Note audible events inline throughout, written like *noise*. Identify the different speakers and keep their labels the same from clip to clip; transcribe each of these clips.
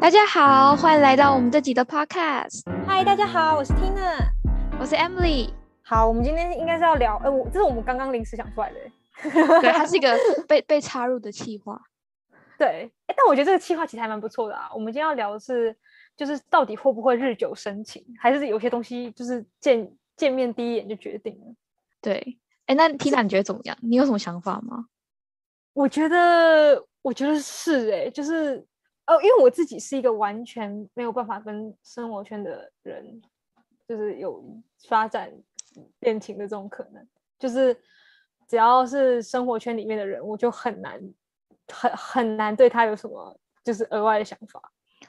Speaker 1: 大家好，欢迎来到我们这集的 Podcast，
Speaker 2: 嗨，大家好，我是 Tina。
Speaker 1: 我是
Speaker 3: *laughs*
Speaker 1: Emily。
Speaker 2: 好，我们今天应该是要聊，哎、我这是我们刚刚临时想出来的欸。
Speaker 1: 对，它是一个 *laughs* 被被插入的气话。
Speaker 2: 对，哎，但我觉得这个计划其实还蛮不错的啊。我们今天要聊的是，就是到底会不会日久生情，还是有些东西就是见见面第一眼就决定了。
Speaker 1: 对，哎，那 Tina 你觉得怎么样？你有什么想法吗？
Speaker 2: 我觉得，我觉得是哎、就是呃，因为我自己是一个完全没有办法跟生活圈的人，就是有发展恋情的这种可能，就是只要是生活圈里面的人，我就很难，很很难对他有什么就是额外的想法。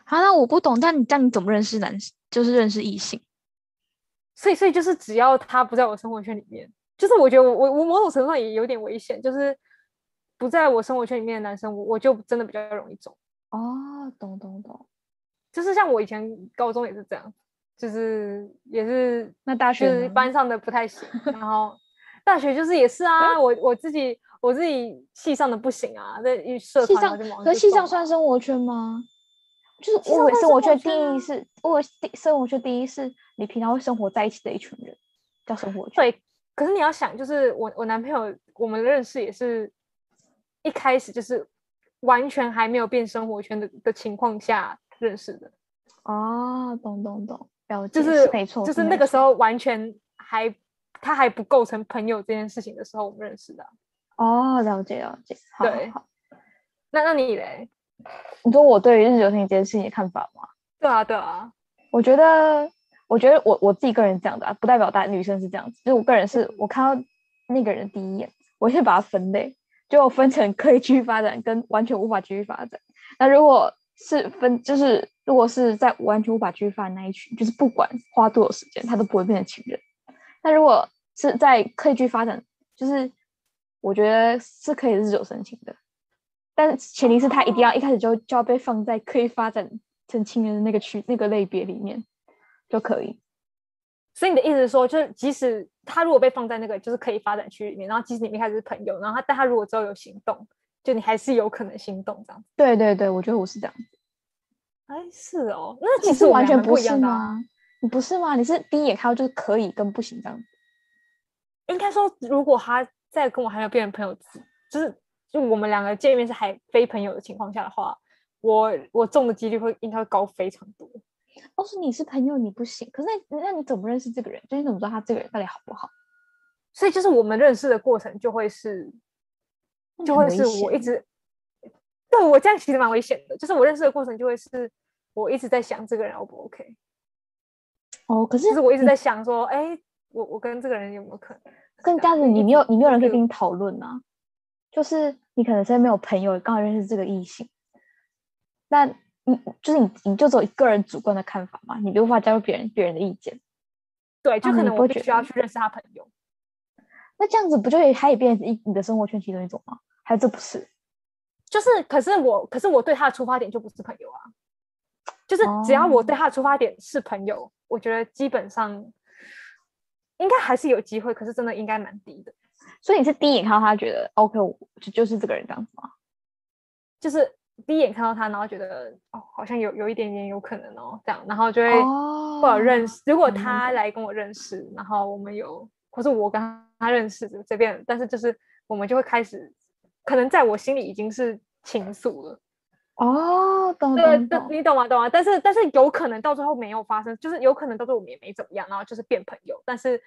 Speaker 1: 好，那我不懂，但你但你怎么认识男，就是认识异性？
Speaker 2: 所以，所以就是只要他不在我生活圈里面，就是我觉得我我我某种程度上也有点危险，就是不在我生活圈里面的男生，我我就真的比较容易中。
Speaker 1: 哦，懂懂懂。
Speaker 2: 就是像我以前高中也是这样，就是也是
Speaker 1: 那大
Speaker 2: 就
Speaker 1: 学
Speaker 2: 是
Speaker 1: 呢
Speaker 2: 班上的不
Speaker 3: *laughs*
Speaker 2: 太行，然后大学就是也是啊，我我自己我自己系上的不行啊，那一社
Speaker 3: 系
Speaker 2: 团
Speaker 3: 上
Speaker 2: 我就忙
Speaker 3: 可
Speaker 2: 着
Speaker 3: 是系
Speaker 2: 送
Speaker 3: 上
Speaker 2: 啊
Speaker 3: 算生活圈吗？就是
Speaker 2: 系
Speaker 3: 我
Speaker 2: 上
Speaker 3: 以为
Speaker 2: 算
Speaker 3: 生活
Speaker 2: 生活
Speaker 3: 圈
Speaker 2: 圈
Speaker 3: 定
Speaker 2: 啊
Speaker 3: 义是，我以为定生活圈定义是你平常会生活在一起的一群人，叫生活圈。
Speaker 2: 对，可是你要想，就是我我男朋友我们认识也是一开始就是完全还没有变生活圈的的情况下认识的，
Speaker 1: 哦
Speaker 3: 啊，懂懂懂，了解，
Speaker 2: 就是
Speaker 3: 没错，
Speaker 2: 就是那
Speaker 3: 没
Speaker 2: 个
Speaker 3: 错
Speaker 2: 时候完全还他还不构成朋友这件事情的时候我们认识的啊。
Speaker 3: 哦，了解了解，好好
Speaker 2: 对
Speaker 3: 好
Speaker 2: 那那你嘞？
Speaker 3: 你说我对于日久生情这件事情的看法吗？
Speaker 2: 对啊，对啊。
Speaker 3: 我觉得，我觉得我我自己个人这样的、啊，不代表大女生是这样子。就是我个人是，我看到那个人第一眼，我先把它分类，就分成可以继续发展跟完全无法继续发展。那如果是分，就是如果是在完全无法继续发展那一群，就是不管花多少时间，他都不会变成情人。那如果是在可以继续发展，就是我觉得是可以日久生情的，但前提是他一定要一开始就就要被放在可以发展成情人的那个区那个类别里面就可以。
Speaker 2: 所以你的意思是说，就是即使他如果被放在那个就是可以发展区里面，然后即使你们一开始是朋友，然后他但他如果之后有行动，就你还是有可能心动这样子。
Speaker 3: 对对对，我觉得我是这样。
Speaker 2: 哎，是哦，那
Speaker 3: 你
Speaker 2: 其
Speaker 3: 是
Speaker 2: 实我
Speaker 3: 完
Speaker 2: 们还
Speaker 3: 全
Speaker 2: 蛮不一
Speaker 3: 是
Speaker 2: 样的啊、
Speaker 3: 吗？你不是吗？你是第一眼看到就是可以跟不行这样子。
Speaker 2: 应该说，如果他在跟我还没有变成朋友之，就是就我们两个见面是还非朋友的情况下的话，我我中的几率会应该会高非常多。
Speaker 3: 要是你是朋友，你不行。可是那那你怎么认识这个人？就你怎么知道他这个人到底好不好？
Speaker 2: 所以就是我们认识的过程就会是，
Speaker 3: 那
Speaker 2: 就
Speaker 3: 嗯很
Speaker 2: 会
Speaker 3: 危
Speaker 2: 是我一
Speaker 3: 险
Speaker 2: 直，对我这样其实蛮危险的，就是我认识的过程就会是我一直在想这个人 O 不 OK。
Speaker 3: 哦，可是
Speaker 2: 就是我一直在想说，哎、我我跟这个人有没有可能？
Speaker 3: 更加
Speaker 2: 子
Speaker 3: 是你没有你没有人可以
Speaker 2: 就
Speaker 3: 跟你讨论啊，就是你可能身边没有朋友，刚好认识这个异性，那你就是你你就只有一个人主观的看法嘛，你无法加入别人别人的意见，
Speaker 2: 对，就
Speaker 3: 啊
Speaker 2: 可
Speaker 3: 你
Speaker 2: 能
Speaker 3: 不会
Speaker 2: 我必
Speaker 3: 觉
Speaker 2: 须要
Speaker 3: 得
Speaker 2: 去认识他朋友。
Speaker 3: 那这样子不就也他也变成一你的生活圈其中一种吗？还是这不是？
Speaker 2: 就是，可是我，可是我对他的出发点就不是朋友啊。就是只要
Speaker 3: 哦
Speaker 2: 我对他的出发点是朋友，我觉得基本上应该还是有机会，可是真的应该蛮低的。
Speaker 3: 所以你是第一眼看到他觉得 OK，我就就是这个人这样子吗？
Speaker 2: 就是第一眼看到他，然后觉得哦，好像有有一点点有可能哦，这样，然后就会
Speaker 3: 哦
Speaker 2: 或者认识，如果
Speaker 3: 懂
Speaker 2: 他来跟我认识，然后我们有，或是我跟他认识，随便，但是就是我们就会开始，可能在我心里已经是情愫了，
Speaker 3: 哦，懂
Speaker 2: 对
Speaker 3: 懂
Speaker 2: 对，
Speaker 3: 懂，
Speaker 2: 你懂吗？懂吗？但是但是有可能到最后没有发生，就是有可能到最后我们也没怎么样，然后就是变朋友，但是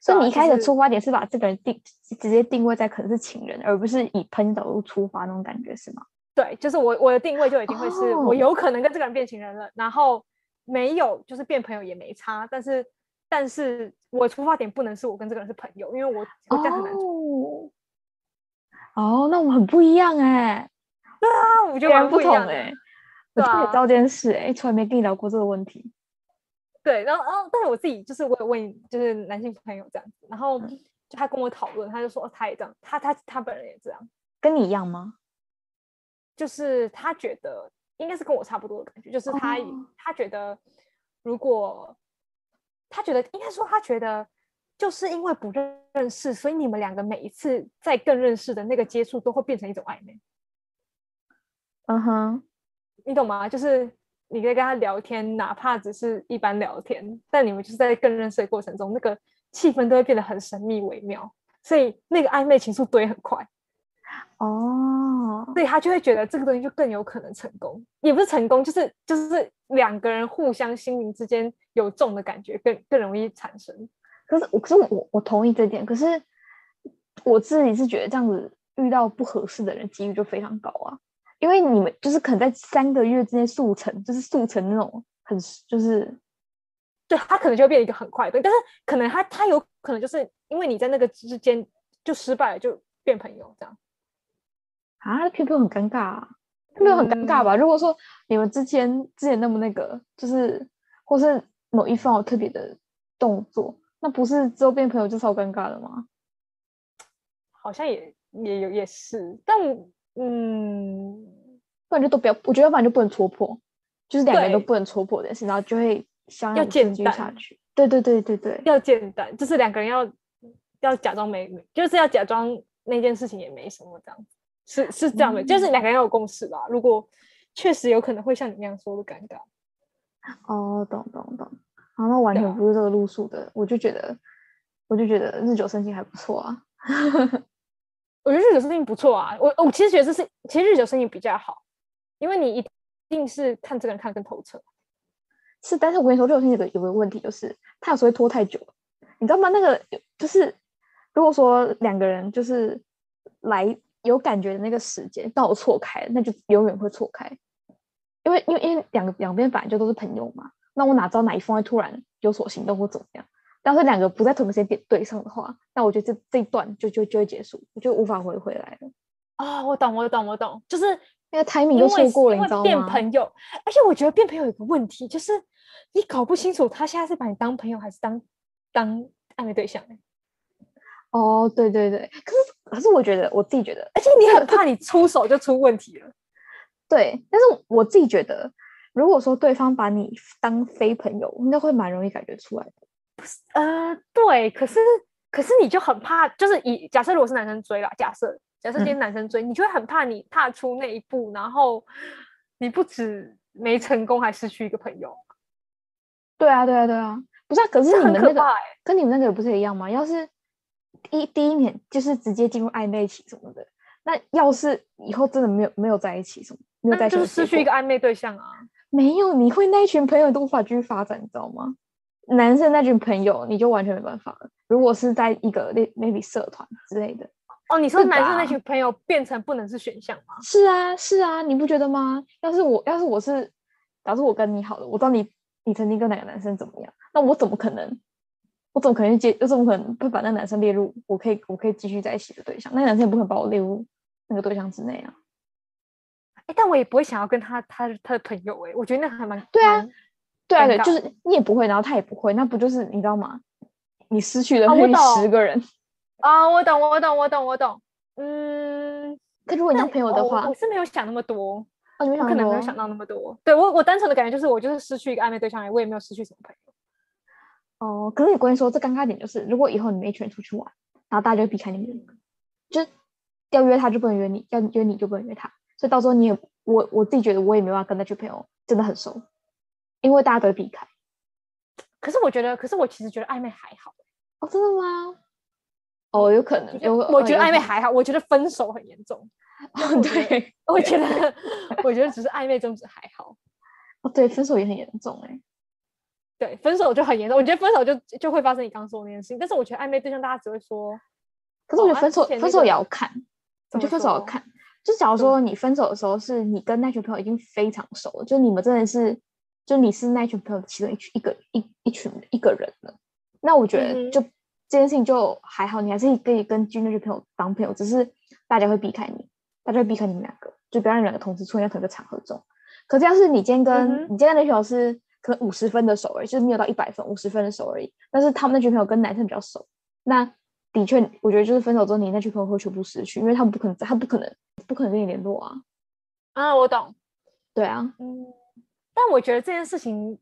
Speaker 3: 所以
Speaker 2: 对啊
Speaker 3: 你一开
Speaker 2: 就
Speaker 3: 始
Speaker 2: 是
Speaker 3: 出发点是把这个人定直接定位在可能是情人，而不是以朋友角度出发那种感觉是吗？
Speaker 2: 对，就是我我的定位就已经会是、
Speaker 3: 哦
Speaker 2: 我有可能跟这个人变情人了，然后没有就是变朋友也没差，但是但是我出发点不能是我跟这个人是朋友，因为我我这样很难
Speaker 3: 哦，哦，那我们很不一样哎、
Speaker 2: 啊，我
Speaker 3: 截
Speaker 2: 觉得
Speaker 3: 然
Speaker 2: 蛮
Speaker 3: 不
Speaker 2: 一
Speaker 3: 同
Speaker 2: 样的
Speaker 3: 哎、我
Speaker 2: 对
Speaker 3: 特别
Speaker 2: 啊
Speaker 3: 知道这件事哎、从来没跟你聊过这个问题。
Speaker 2: 对，然后然后但是我自己就是我有问就是男性朋友这样子，然后
Speaker 3: 嗯
Speaker 2: 就他跟我讨论，他就说、哦他也这样，他他他本人也这样，
Speaker 3: 跟你一样吗？
Speaker 2: 就是他觉得应该是跟我差不多的感觉，就是他、也
Speaker 3: 哦
Speaker 2: 他觉得如果他觉得应该说他觉得就是因为不认识，所以你们两个每一次在更认识的那个接触都会变成一种暧昧。
Speaker 3: 嗯哼，
Speaker 2: 你懂吗？就是你可以跟他聊天，哪怕只是一般聊天，但你们就是在更认识的过程中，那个气氛都会变得很神秘微妙，所以那个暧昧情愫堆很快，
Speaker 3: 哦，
Speaker 2: 所以他就会觉得这个东西就更有可能成功，也不是成功，就是就是两个人互相心灵之间有重的感觉更更容易产生。
Speaker 3: 可是我，可是我我同意这点，可是我自己是觉得这样子遇到不合适的人几率就非常高啊，因为你们就是可能在三个月之内速成，就是速成那种很就是
Speaker 2: 对他可能就会变一个很快的，但是可能他他有可能就是因为你在那个之间就失败了，就变朋友这样。
Speaker 3: 啊，QQ 很尴尬、啊，没有很尴尬
Speaker 2: 嗯
Speaker 3: 吧？如果说你们之前之前那么那个，就是或是某一方有特别的动作，那不是之后变朋友就超尴尬的吗？
Speaker 2: 好像也也有也是，但我嗯，
Speaker 3: 不然就都不要，我觉得要不然就不能戳破，就是两个人都
Speaker 2: 对
Speaker 3: 不能戳破的事，然后就会相
Speaker 2: 要
Speaker 3: 让继
Speaker 2: 简
Speaker 3: 续
Speaker 2: 单
Speaker 3: 下去。对对对对对，
Speaker 2: 要简单，就是两个人要要假装没，就是要假装那件事情也没什么这样子，是是这样的，就是两个人要有共识吧。如果确实有可能会像你那样说的尴尬，
Speaker 3: 哦，懂懂懂。啊，那完
Speaker 2: 对
Speaker 3: 全
Speaker 2: 啊
Speaker 3: 不是这个路数的，我就觉得，我就觉得日久生情还不错啊。
Speaker 2: 我觉得日久生情不错啊。我我其实觉得这是其实日久生情比较好，因为你一定是看这个人看得更透彻。
Speaker 3: 是，但是我跟你说，这种事情有个有个问题，就是他有时候会拖太久，你知道吗？那个就是，如果说两个人就是来有感觉的那个时间刚好错开了，那就永远会错开，因为因为因为两个两边本来就都是朋友嘛，那我哪知道哪一方会突然有所行动或怎么样？要是两个不在同一个时间点对上的话，那我觉得这这一段就就就会结束，我就无法回回来了。
Speaker 2: 啊、我懂，我懂，我懂，就是
Speaker 3: 那个 timing
Speaker 2: 因
Speaker 3: 就
Speaker 2: 为
Speaker 3: 错
Speaker 2: 是
Speaker 3: 过了，
Speaker 2: 因
Speaker 3: 你
Speaker 2: 为
Speaker 3: 知道
Speaker 2: 变
Speaker 3: 吗？
Speaker 2: 朋友，而且我觉得变朋友有个问题，就是你搞不清楚他现在是把你当朋友还是当当暧昧对象欸、
Speaker 3: 哦，对对对，可是可是我觉得我自己觉得
Speaker 2: 而且你很怕你出手就出问题了。
Speaker 3: 对，但是我自己觉得，如果说对方把你当非朋友，应该会蛮容易感觉出来的。
Speaker 2: *laughs* 呃，对，可是可是你就很怕，就是以假设如果是男生追啦，假设假设今
Speaker 3: 嗯
Speaker 2: 天男生追，你就会很怕你踏出那一步，然后你不止没成功，还失去一个朋友，
Speaker 3: 对啊，对啊，对啊，不是啊，可是
Speaker 2: 这
Speaker 3: 你
Speaker 2: 很
Speaker 3: 们那
Speaker 2: 可
Speaker 3: 个
Speaker 2: 怕哎、
Speaker 3: 跟你们那个不是一样吗？要是一第一年就是直接进入暧昧期什么的，那要是以后真的没有没有在一起什么，没有在
Speaker 2: 那
Speaker 3: 一起
Speaker 2: 就是
Speaker 3: 的
Speaker 2: 失
Speaker 3: 结
Speaker 2: 去一
Speaker 3: 果
Speaker 2: 个暧昧对象啊。
Speaker 3: 没有，你会那一群朋友都无法继续发展，你知道吗？男生那群朋友你就完全没办法了。如果是在一个类 maybe 社团之类的，
Speaker 2: 哦，你说
Speaker 3: 是
Speaker 2: 男生那
Speaker 3: 吧
Speaker 2: 群朋友变成不能是选项吗？
Speaker 3: 是啊，是啊，你不觉得吗？要是我，要是我是，假如我跟你好了，我知道你你曾经跟哪个男生怎么样，那我怎么可能？我怎么可能去接？我怎么可能会把那个男生列入我可以我可以继续在一起的对象？那个男生也不可能把我列入那个对象之内啊。
Speaker 2: 哎，但我也不会想要跟他他他的朋友哎、我觉得那还蛮
Speaker 3: 对啊
Speaker 2: 蛮
Speaker 3: 对啊，
Speaker 2: 尴
Speaker 3: 对，就
Speaker 2: 尬
Speaker 3: 是你也不会，然后他也不会，那不就是你知道吗？你失去了
Speaker 2: 啊我
Speaker 3: 那十
Speaker 2: 懂
Speaker 3: 个人。
Speaker 2: 啊，我懂，我懂，我懂，我懂。嗯，
Speaker 3: 可如果你当
Speaker 2: 那
Speaker 3: 朋友的
Speaker 2: 我
Speaker 3: 话
Speaker 2: 我，是没有想那么多，
Speaker 3: 哦，你没
Speaker 2: 我可能没有
Speaker 3: 过
Speaker 2: 想到那么多。对我，我单纯的感觉就是我就是失去一个暧昧对象而已，我也没有失去什么朋友。
Speaker 3: 哦，可是你跟你说，这尴尬点就是，如果以后你们一群人出去玩，然后大家就会避开你们两个，就是要约他就不能约你，要约你就不能约他，所以到时候你也我我自己觉得我也没办法跟那群朋友真的很熟，因为大家都会避开。
Speaker 2: 可是我觉得，可是我其实觉得暧昧还好，
Speaker 3: 哦，真的吗？哦，有可能，
Speaker 2: 我觉
Speaker 3: 有
Speaker 2: 得我觉得暧昧还好，我觉得分手很严 *laughs* 重。
Speaker 3: 好，
Speaker 2: 我觉得
Speaker 3: 对，
Speaker 2: 我觉得，我觉得只是暧昧终止还好。
Speaker 3: 哦对，分手也很严重哎、
Speaker 2: 对，分手就很严重，我觉得分手就就会发生你刚说的那件事情。但是我觉得暧昧对象大家只会说，
Speaker 3: 可是我
Speaker 2: 哦
Speaker 3: 觉得
Speaker 2: 啊
Speaker 3: 分
Speaker 2: 之
Speaker 3: 手、
Speaker 2: 前
Speaker 3: 分
Speaker 2: 那
Speaker 3: 手也
Speaker 2: 个
Speaker 3: 要看，我
Speaker 2: 怎
Speaker 3: 觉得
Speaker 2: 么
Speaker 3: 分手要
Speaker 2: 说嗯
Speaker 3: 看。就假如
Speaker 2: 怎么
Speaker 3: 说你分手的时候是你跟那群朋友已经非常熟了，就你们真的是，就你是那群朋友其中一群一个一一群一个人了，那我觉得
Speaker 2: 嗯哼
Speaker 3: 就、这件事情就还好，你还是可以跟就那群朋友当朋友，只是大家会避开你，大家会避开你们两个，就不要让两个同时出现在同一个场合中。可是要是你今天跟、
Speaker 2: 嗯哼
Speaker 3: 你今天跟那群朋友是可能五十分的熟而已，就是没有到一百分，五十分的熟而已，但是他们那群朋友跟男生比较熟。那的确，我觉得就是分手之后，你那群朋友会全部失去，因为他们不可能，他不可能，不可能跟你联络啊。
Speaker 2: 啊，我懂，
Speaker 3: 对啊，
Speaker 2: 嗯，但我觉得这件事情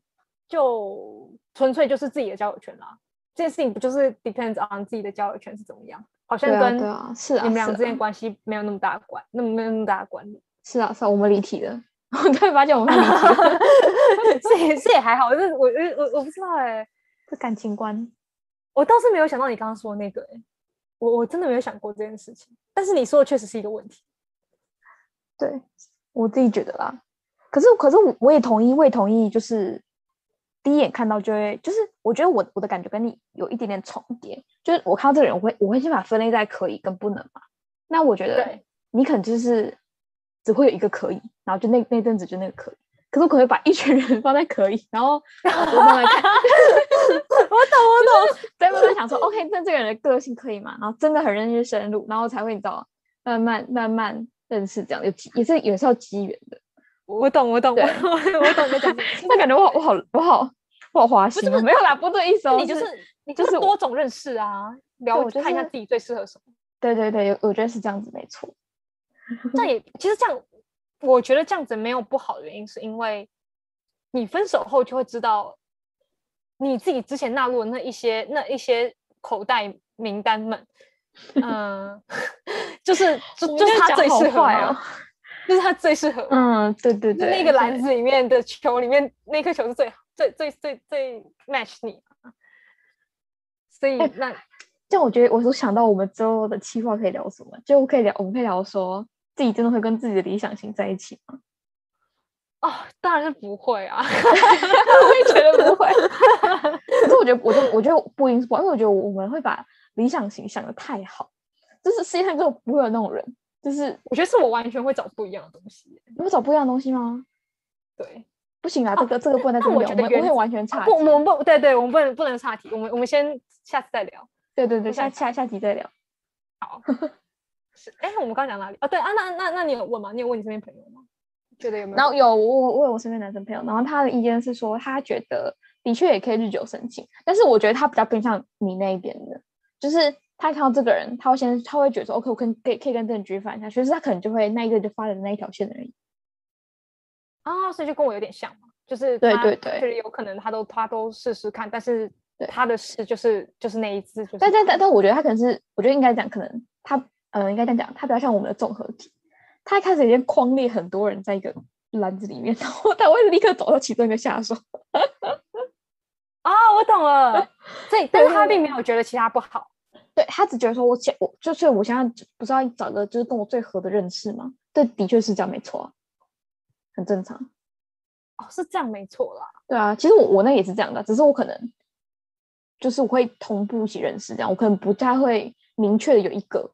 Speaker 2: 就纯粹就是自己的交友圈啦。这件事情不就是 depends on 自己的交友圈是怎么样？好像
Speaker 3: 对啊，
Speaker 2: 跟
Speaker 3: 对啊，是啊，
Speaker 2: 你
Speaker 3: 是
Speaker 2: 们俩之
Speaker 3: 啊
Speaker 2: 间关系没有那么大的关，那么没有那么大的关联。 *laughs*
Speaker 3: 是啊，是啊，我们离题了。 *laughs* 我突然发现我们离题
Speaker 2: *laughs*
Speaker 3: 了 *laughs*
Speaker 2: 这也这也还好，就是我我我我不知道哎、
Speaker 3: 这感情观。
Speaker 2: 我倒是没有想到你刚刚说那个、欸，我我真的没有想过这件事情。但是你说的确实是一个问题， *laughs*
Speaker 3: 对我自己觉得啦。可是，可是我我也同意，我也同意，就是第一眼看到就会，就是我觉得我我的感觉跟你有一点点重叠，就是我看到这个人，我会我会先把分类在可以跟不能嘛。那我觉得
Speaker 2: 对
Speaker 3: 你可能就是只会有一个可以，然后就那那阵子就那个可以。可是我可能会把一群人 *laughs* 放在可以，然后我就慢慢看，
Speaker 2: 我懂我懂，
Speaker 3: 再慢慢想说，OK，那这个人的个性可以吗？然后真的很认真深入，然后才会你知道，慢慢慢慢认识这样，有机也是也是要机缘的。
Speaker 2: 我懂我懂，我
Speaker 3: 对
Speaker 2: 我懂你在讲什么。
Speaker 3: *laughs*
Speaker 2: *laughs*
Speaker 3: 那感觉我好我好我好我好花心、哦，没有啦，不对意思哦，
Speaker 2: 你就是你就
Speaker 3: 就是是我
Speaker 2: 多种认识啊，了
Speaker 3: 我就
Speaker 2: 看一下
Speaker 3: 是
Speaker 2: 自己最适合什么。
Speaker 3: 对对对，有我觉得是这样子，没错。
Speaker 2: 那也其实这样，我觉得这样子没有不好的原因，是因为你分手后就会知道你自己之前纳入的那一些那一些口袋名单们，嗯、 *laughs* 就是就
Speaker 3: 我
Speaker 2: 就
Speaker 3: 觉
Speaker 2: 是
Speaker 3: 得
Speaker 2: 他
Speaker 3: 讲
Speaker 2: 最
Speaker 3: 好
Speaker 2: 适合
Speaker 3: 坏
Speaker 2: 嘛
Speaker 3: 哦
Speaker 2: 就是他最适合我，
Speaker 3: 嗯，对对
Speaker 2: 就
Speaker 3: 对，
Speaker 2: 那个篮
Speaker 3: 对，
Speaker 2: 子里面的球里面那颗球是最最最最最 match 你啊，所以
Speaker 3: 哎
Speaker 2: 那
Speaker 3: 这样我觉得我都想到我们之后的计划可以聊什么，就可以聊，我们可以聊说自己真的会跟自己的理想型在一起 *laughs* 吗？
Speaker 2: 哦，当然是不
Speaker 3: *laughs*
Speaker 2: 会啊。
Speaker 3: 我也觉得不会，可是我觉得，我觉得，我觉得不一定是不好，因为我觉得我们会把理想型想的太好，就是世界上就不会有那种人，就是
Speaker 2: 我觉得是我完全会找不一样的东西耶。
Speaker 3: 你会找不一样的东西吗？
Speaker 2: 对，
Speaker 3: 不行啊，这个、这个不能在
Speaker 2: 但
Speaker 3: 这
Speaker 2: 我
Speaker 3: 里聊，
Speaker 2: 觉
Speaker 3: 我
Speaker 2: 得
Speaker 3: 们
Speaker 2: 原
Speaker 3: 我会
Speaker 2: 则
Speaker 3: 完全
Speaker 2: 啊
Speaker 3: 差
Speaker 2: 不，
Speaker 3: 题。
Speaker 2: 我们不对，对，我们不能不能岔题，我们我们先下次再聊。
Speaker 3: 对对对，
Speaker 2: 我想
Speaker 3: 下下下集再聊。
Speaker 2: 是，哎，我们刚讲哪里？哦，对啊，那那那你有问吗？你有问你身边朋友吗？觉得有没有？
Speaker 3: 然后有我我有我身边男生朋友，然后他的意见是说，他觉得的确也可以日久生情，但是我觉得他比较偏向你那一边的，就是他看到这个人，他会先他会觉得说，OK，我跟可以可以跟这个人继续发展下去，就是他可能就会那一个就发展那一条线而已。
Speaker 2: 啊、所以就跟我有点像嘛，就是
Speaker 3: 对
Speaker 2: 他
Speaker 3: 对对
Speaker 2: 就是有可能他都他都试试看，但是
Speaker 3: 对
Speaker 2: 他的事就是就是那一次，就是
Speaker 3: 但但但但我觉得他可能是，我觉得应该讲，可能他呃应该这样讲，他比较像我们的综合体，他一开始已经框列很多人在一个篮子里面，然后他会立刻找到其中一个下手。
Speaker 2: 啊、我懂了。所以，但
Speaker 3: 对
Speaker 2: 是他
Speaker 3: 对
Speaker 2: 并没有觉得其他不好，
Speaker 3: 对他只觉得说我现我就是我现在只不是要找个就是跟我最合的认识吗？这的确是这样，没错啊、很正常。
Speaker 2: 哦，是这样没错啦。
Speaker 3: 对啊，其实我我那也是这样的，只是我可能就是我会同步一起认识这样，我可能不太会明确的有一个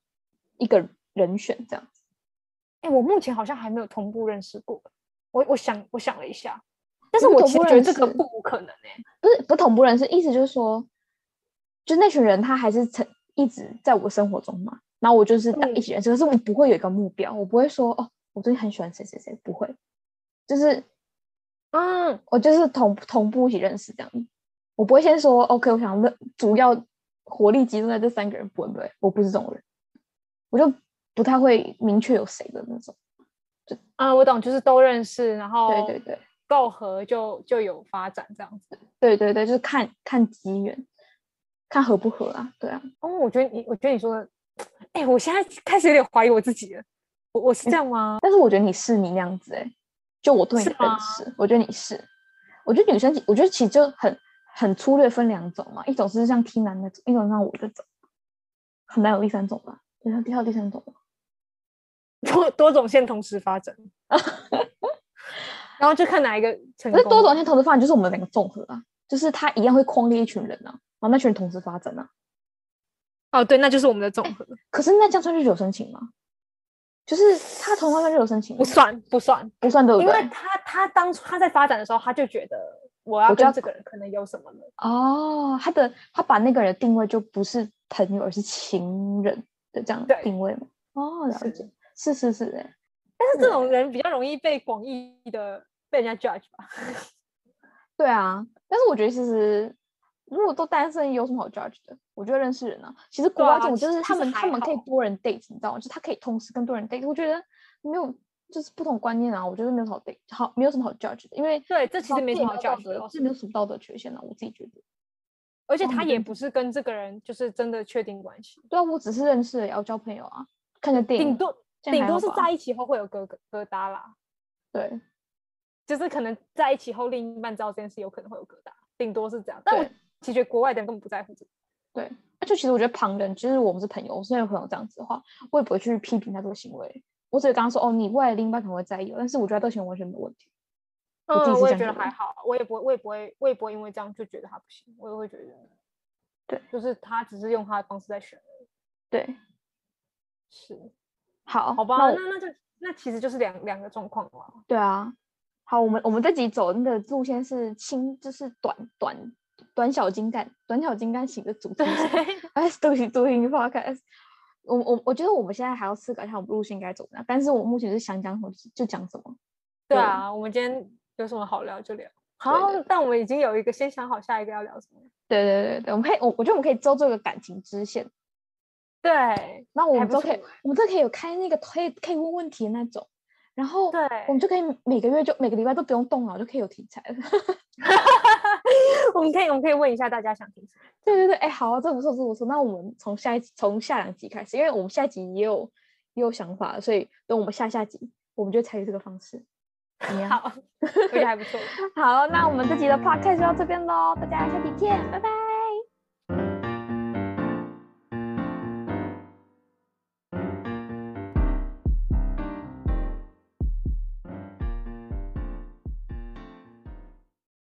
Speaker 3: 一个人选这样。
Speaker 2: 哎，我目前好像还没有同步认识过，我我想我想了一下，但是
Speaker 3: 你们同
Speaker 2: 我其实
Speaker 3: 步
Speaker 2: 觉得
Speaker 3: 认
Speaker 2: 这个
Speaker 3: 识
Speaker 2: 不无可能哎、
Speaker 3: 不是不同步人是意思就是说，就那群人他还是曾一直在我生活中嘛，然后我就是大
Speaker 2: 嗯
Speaker 3: 一起认识，可是我不会有一个目标，我不会说哦，我最近很喜欢谁谁谁，不会，就是
Speaker 2: 嗯，
Speaker 3: 我就是同同步一起认识这样子，我不会先说 OK，我想认主要火力集中在这三个人，不会不会，我不是这种人，我就不太会明确有谁的那种。
Speaker 2: 啊，我懂，就是都认识，然后
Speaker 3: 对对对
Speaker 2: 够合就就有发展这样子。
Speaker 3: 对对对，就是看看机缘，看合不合啊，对啊，
Speaker 2: 哦，我觉得你，我觉得你说的，哎，我现在开始有点怀疑我自己了，我我
Speaker 3: 嗯
Speaker 2: 是这样吗？
Speaker 3: 但是我觉得你是你那样子哎、就我对你
Speaker 2: 是
Speaker 3: 的认
Speaker 2: 吗
Speaker 3: 识，我觉得你是，我觉得女生其，我觉得其实就很很粗略分两种嘛，一种是像 T 男那种，一种像我这种，很难有第三种吧？对，像跳第三种吧，
Speaker 2: 多多种线同时
Speaker 3: *laughs*
Speaker 2: 发展，然后就看哪一个成
Speaker 3: 那
Speaker 2: 功。
Speaker 3: 多种性同时发展就是我们两个综合啊，就是他一样会框列一群人啊，然后那群人同时发展啊。
Speaker 2: 哦，对，那就是我们的综合，
Speaker 3: 可是那这样算日久生情吗？就是他同样算日久生情吗
Speaker 2: 不，算不算，
Speaker 3: 不算对不
Speaker 2: 因为
Speaker 3: 对？
Speaker 2: 他他当初他在发展的时候，他就觉得我要
Speaker 3: 我就
Speaker 2: 跟
Speaker 3: 要
Speaker 2: 这个人可能有什么了。
Speaker 3: 哦，他的他把那个人的定位就不是朋友，而是情人的这样的
Speaker 2: 对
Speaker 3: 定位吗？哦，了
Speaker 2: 是
Speaker 3: 解，是是是，哎，
Speaker 2: 但是这种人比较容易被广义的被人家 judge 吧。
Speaker 3: 对啊。但是我觉得其实如果都单身，有什么好 judge 的？我觉得认识人啊，其实国
Speaker 2: 对
Speaker 3: 外
Speaker 2: 啊
Speaker 3: 这种就
Speaker 2: 其
Speaker 3: 是他
Speaker 2: 其实
Speaker 3: 们他
Speaker 2: 还
Speaker 3: 们可以
Speaker 2: 好
Speaker 3: 多人 date，你知道吗？就他可以同时跟多人 date，我觉得没有就是不同观念啊，我觉得没有什么好 date，好没有什么好 judge 的，因为
Speaker 2: 对，这其
Speaker 3: 道
Speaker 2: 实没
Speaker 3: 这
Speaker 2: 什
Speaker 3: 也
Speaker 2: 么好
Speaker 3: 有道
Speaker 2: judge
Speaker 3: 德
Speaker 2: 的，哦
Speaker 3: 这没有什么道德缺陷啊，我自己觉得。
Speaker 2: 而且
Speaker 3: 哦
Speaker 2: 他
Speaker 3: 你
Speaker 2: 也
Speaker 3: 真
Speaker 2: 不是跟这个人就是真的确定关系，
Speaker 3: 对啊，我只是认识了，也要交朋友啊，看个电
Speaker 2: 顶
Speaker 3: 影，
Speaker 2: 多
Speaker 3: 这样
Speaker 2: 顶
Speaker 3: 还
Speaker 2: 多
Speaker 3: 好
Speaker 2: 是
Speaker 3: 吧
Speaker 2: 在一起后会有疙疙疙瘩啦。
Speaker 3: 对，
Speaker 2: 就是可能在一起后，另一半知道这件事，有可能会有疙瘩，顶多是这样。但我
Speaker 3: 对
Speaker 2: 其实觉得国外的人根本不在乎这个。
Speaker 3: 对，而且其实我觉得旁人，就是我们是朋友，我身为朋友这样子的话，我也不会去批评他这个行为。我只是刚刚说，哦，你未来另一半可能会在意哦，但是我觉得他这个行为完全没有问题。我自己
Speaker 2: 嗯，
Speaker 3: 是
Speaker 2: 我也
Speaker 3: 这
Speaker 2: 觉
Speaker 3: 样觉
Speaker 2: 得还
Speaker 3: 得
Speaker 2: 好，我也不会，我也不会，我也不会因为这样就觉得他不行，我也会觉得，
Speaker 3: 对，
Speaker 2: 就是他只是用他的方式在选而已。
Speaker 3: 对，
Speaker 2: 是，
Speaker 3: 好，
Speaker 2: 好吧，
Speaker 3: 那
Speaker 2: 那
Speaker 3: 我
Speaker 2: 那就那其实就是两两个状况嘛。
Speaker 3: *laughs* 对啊，好，我们我们这集走的那个路线是轻，就是短短短小精干、短小精干型的主题
Speaker 2: 对，
Speaker 3: 型。
Speaker 2: *laughs*
Speaker 3: 哎，都行，都行，podcast。我我我觉得我们现在还要思考一下我们路线应该走哪，但是我目前是想讲什么就讲什么。
Speaker 2: 对
Speaker 3: 对
Speaker 2: 啊，我们今天有什么好聊就聊。好
Speaker 3: 对
Speaker 2: 像，但我们已经有一个先想好下一个要聊什么。
Speaker 3: 对对对对，我们可以，我我觉得我们可以之后做一个感情支线，
Speaker 2: 对
Speaker 3: 那我
Speaker 2: 还
Speaker 3: 们
Speaker 2: 不
Speaker 3: 都可以
Speaker 2: 错，
Speaker 3: 我们都可以有开那个可以可以问问题的那种，然后
Speaker 2: 对
Speaker 3: 我，们就可以每个月就每个礼拜都不用动脑就可以有题材了。
Speaker 2: *laughs* 我们可以我们可以问一下大家想听什么。
Speaker 3: 对对对，哎，好、啊，这不错，这不错。那我们从下一集从下两集开始，因为我们下一集也有也有想法，所以等我们下下集，我们就采取这个方式。怎么样？
Speaker 2: *laughs* 好，我觉得还不错。
Speaker 3: 好，那我们这集的 podcast 就到这边喽，大家下期见，拜拜。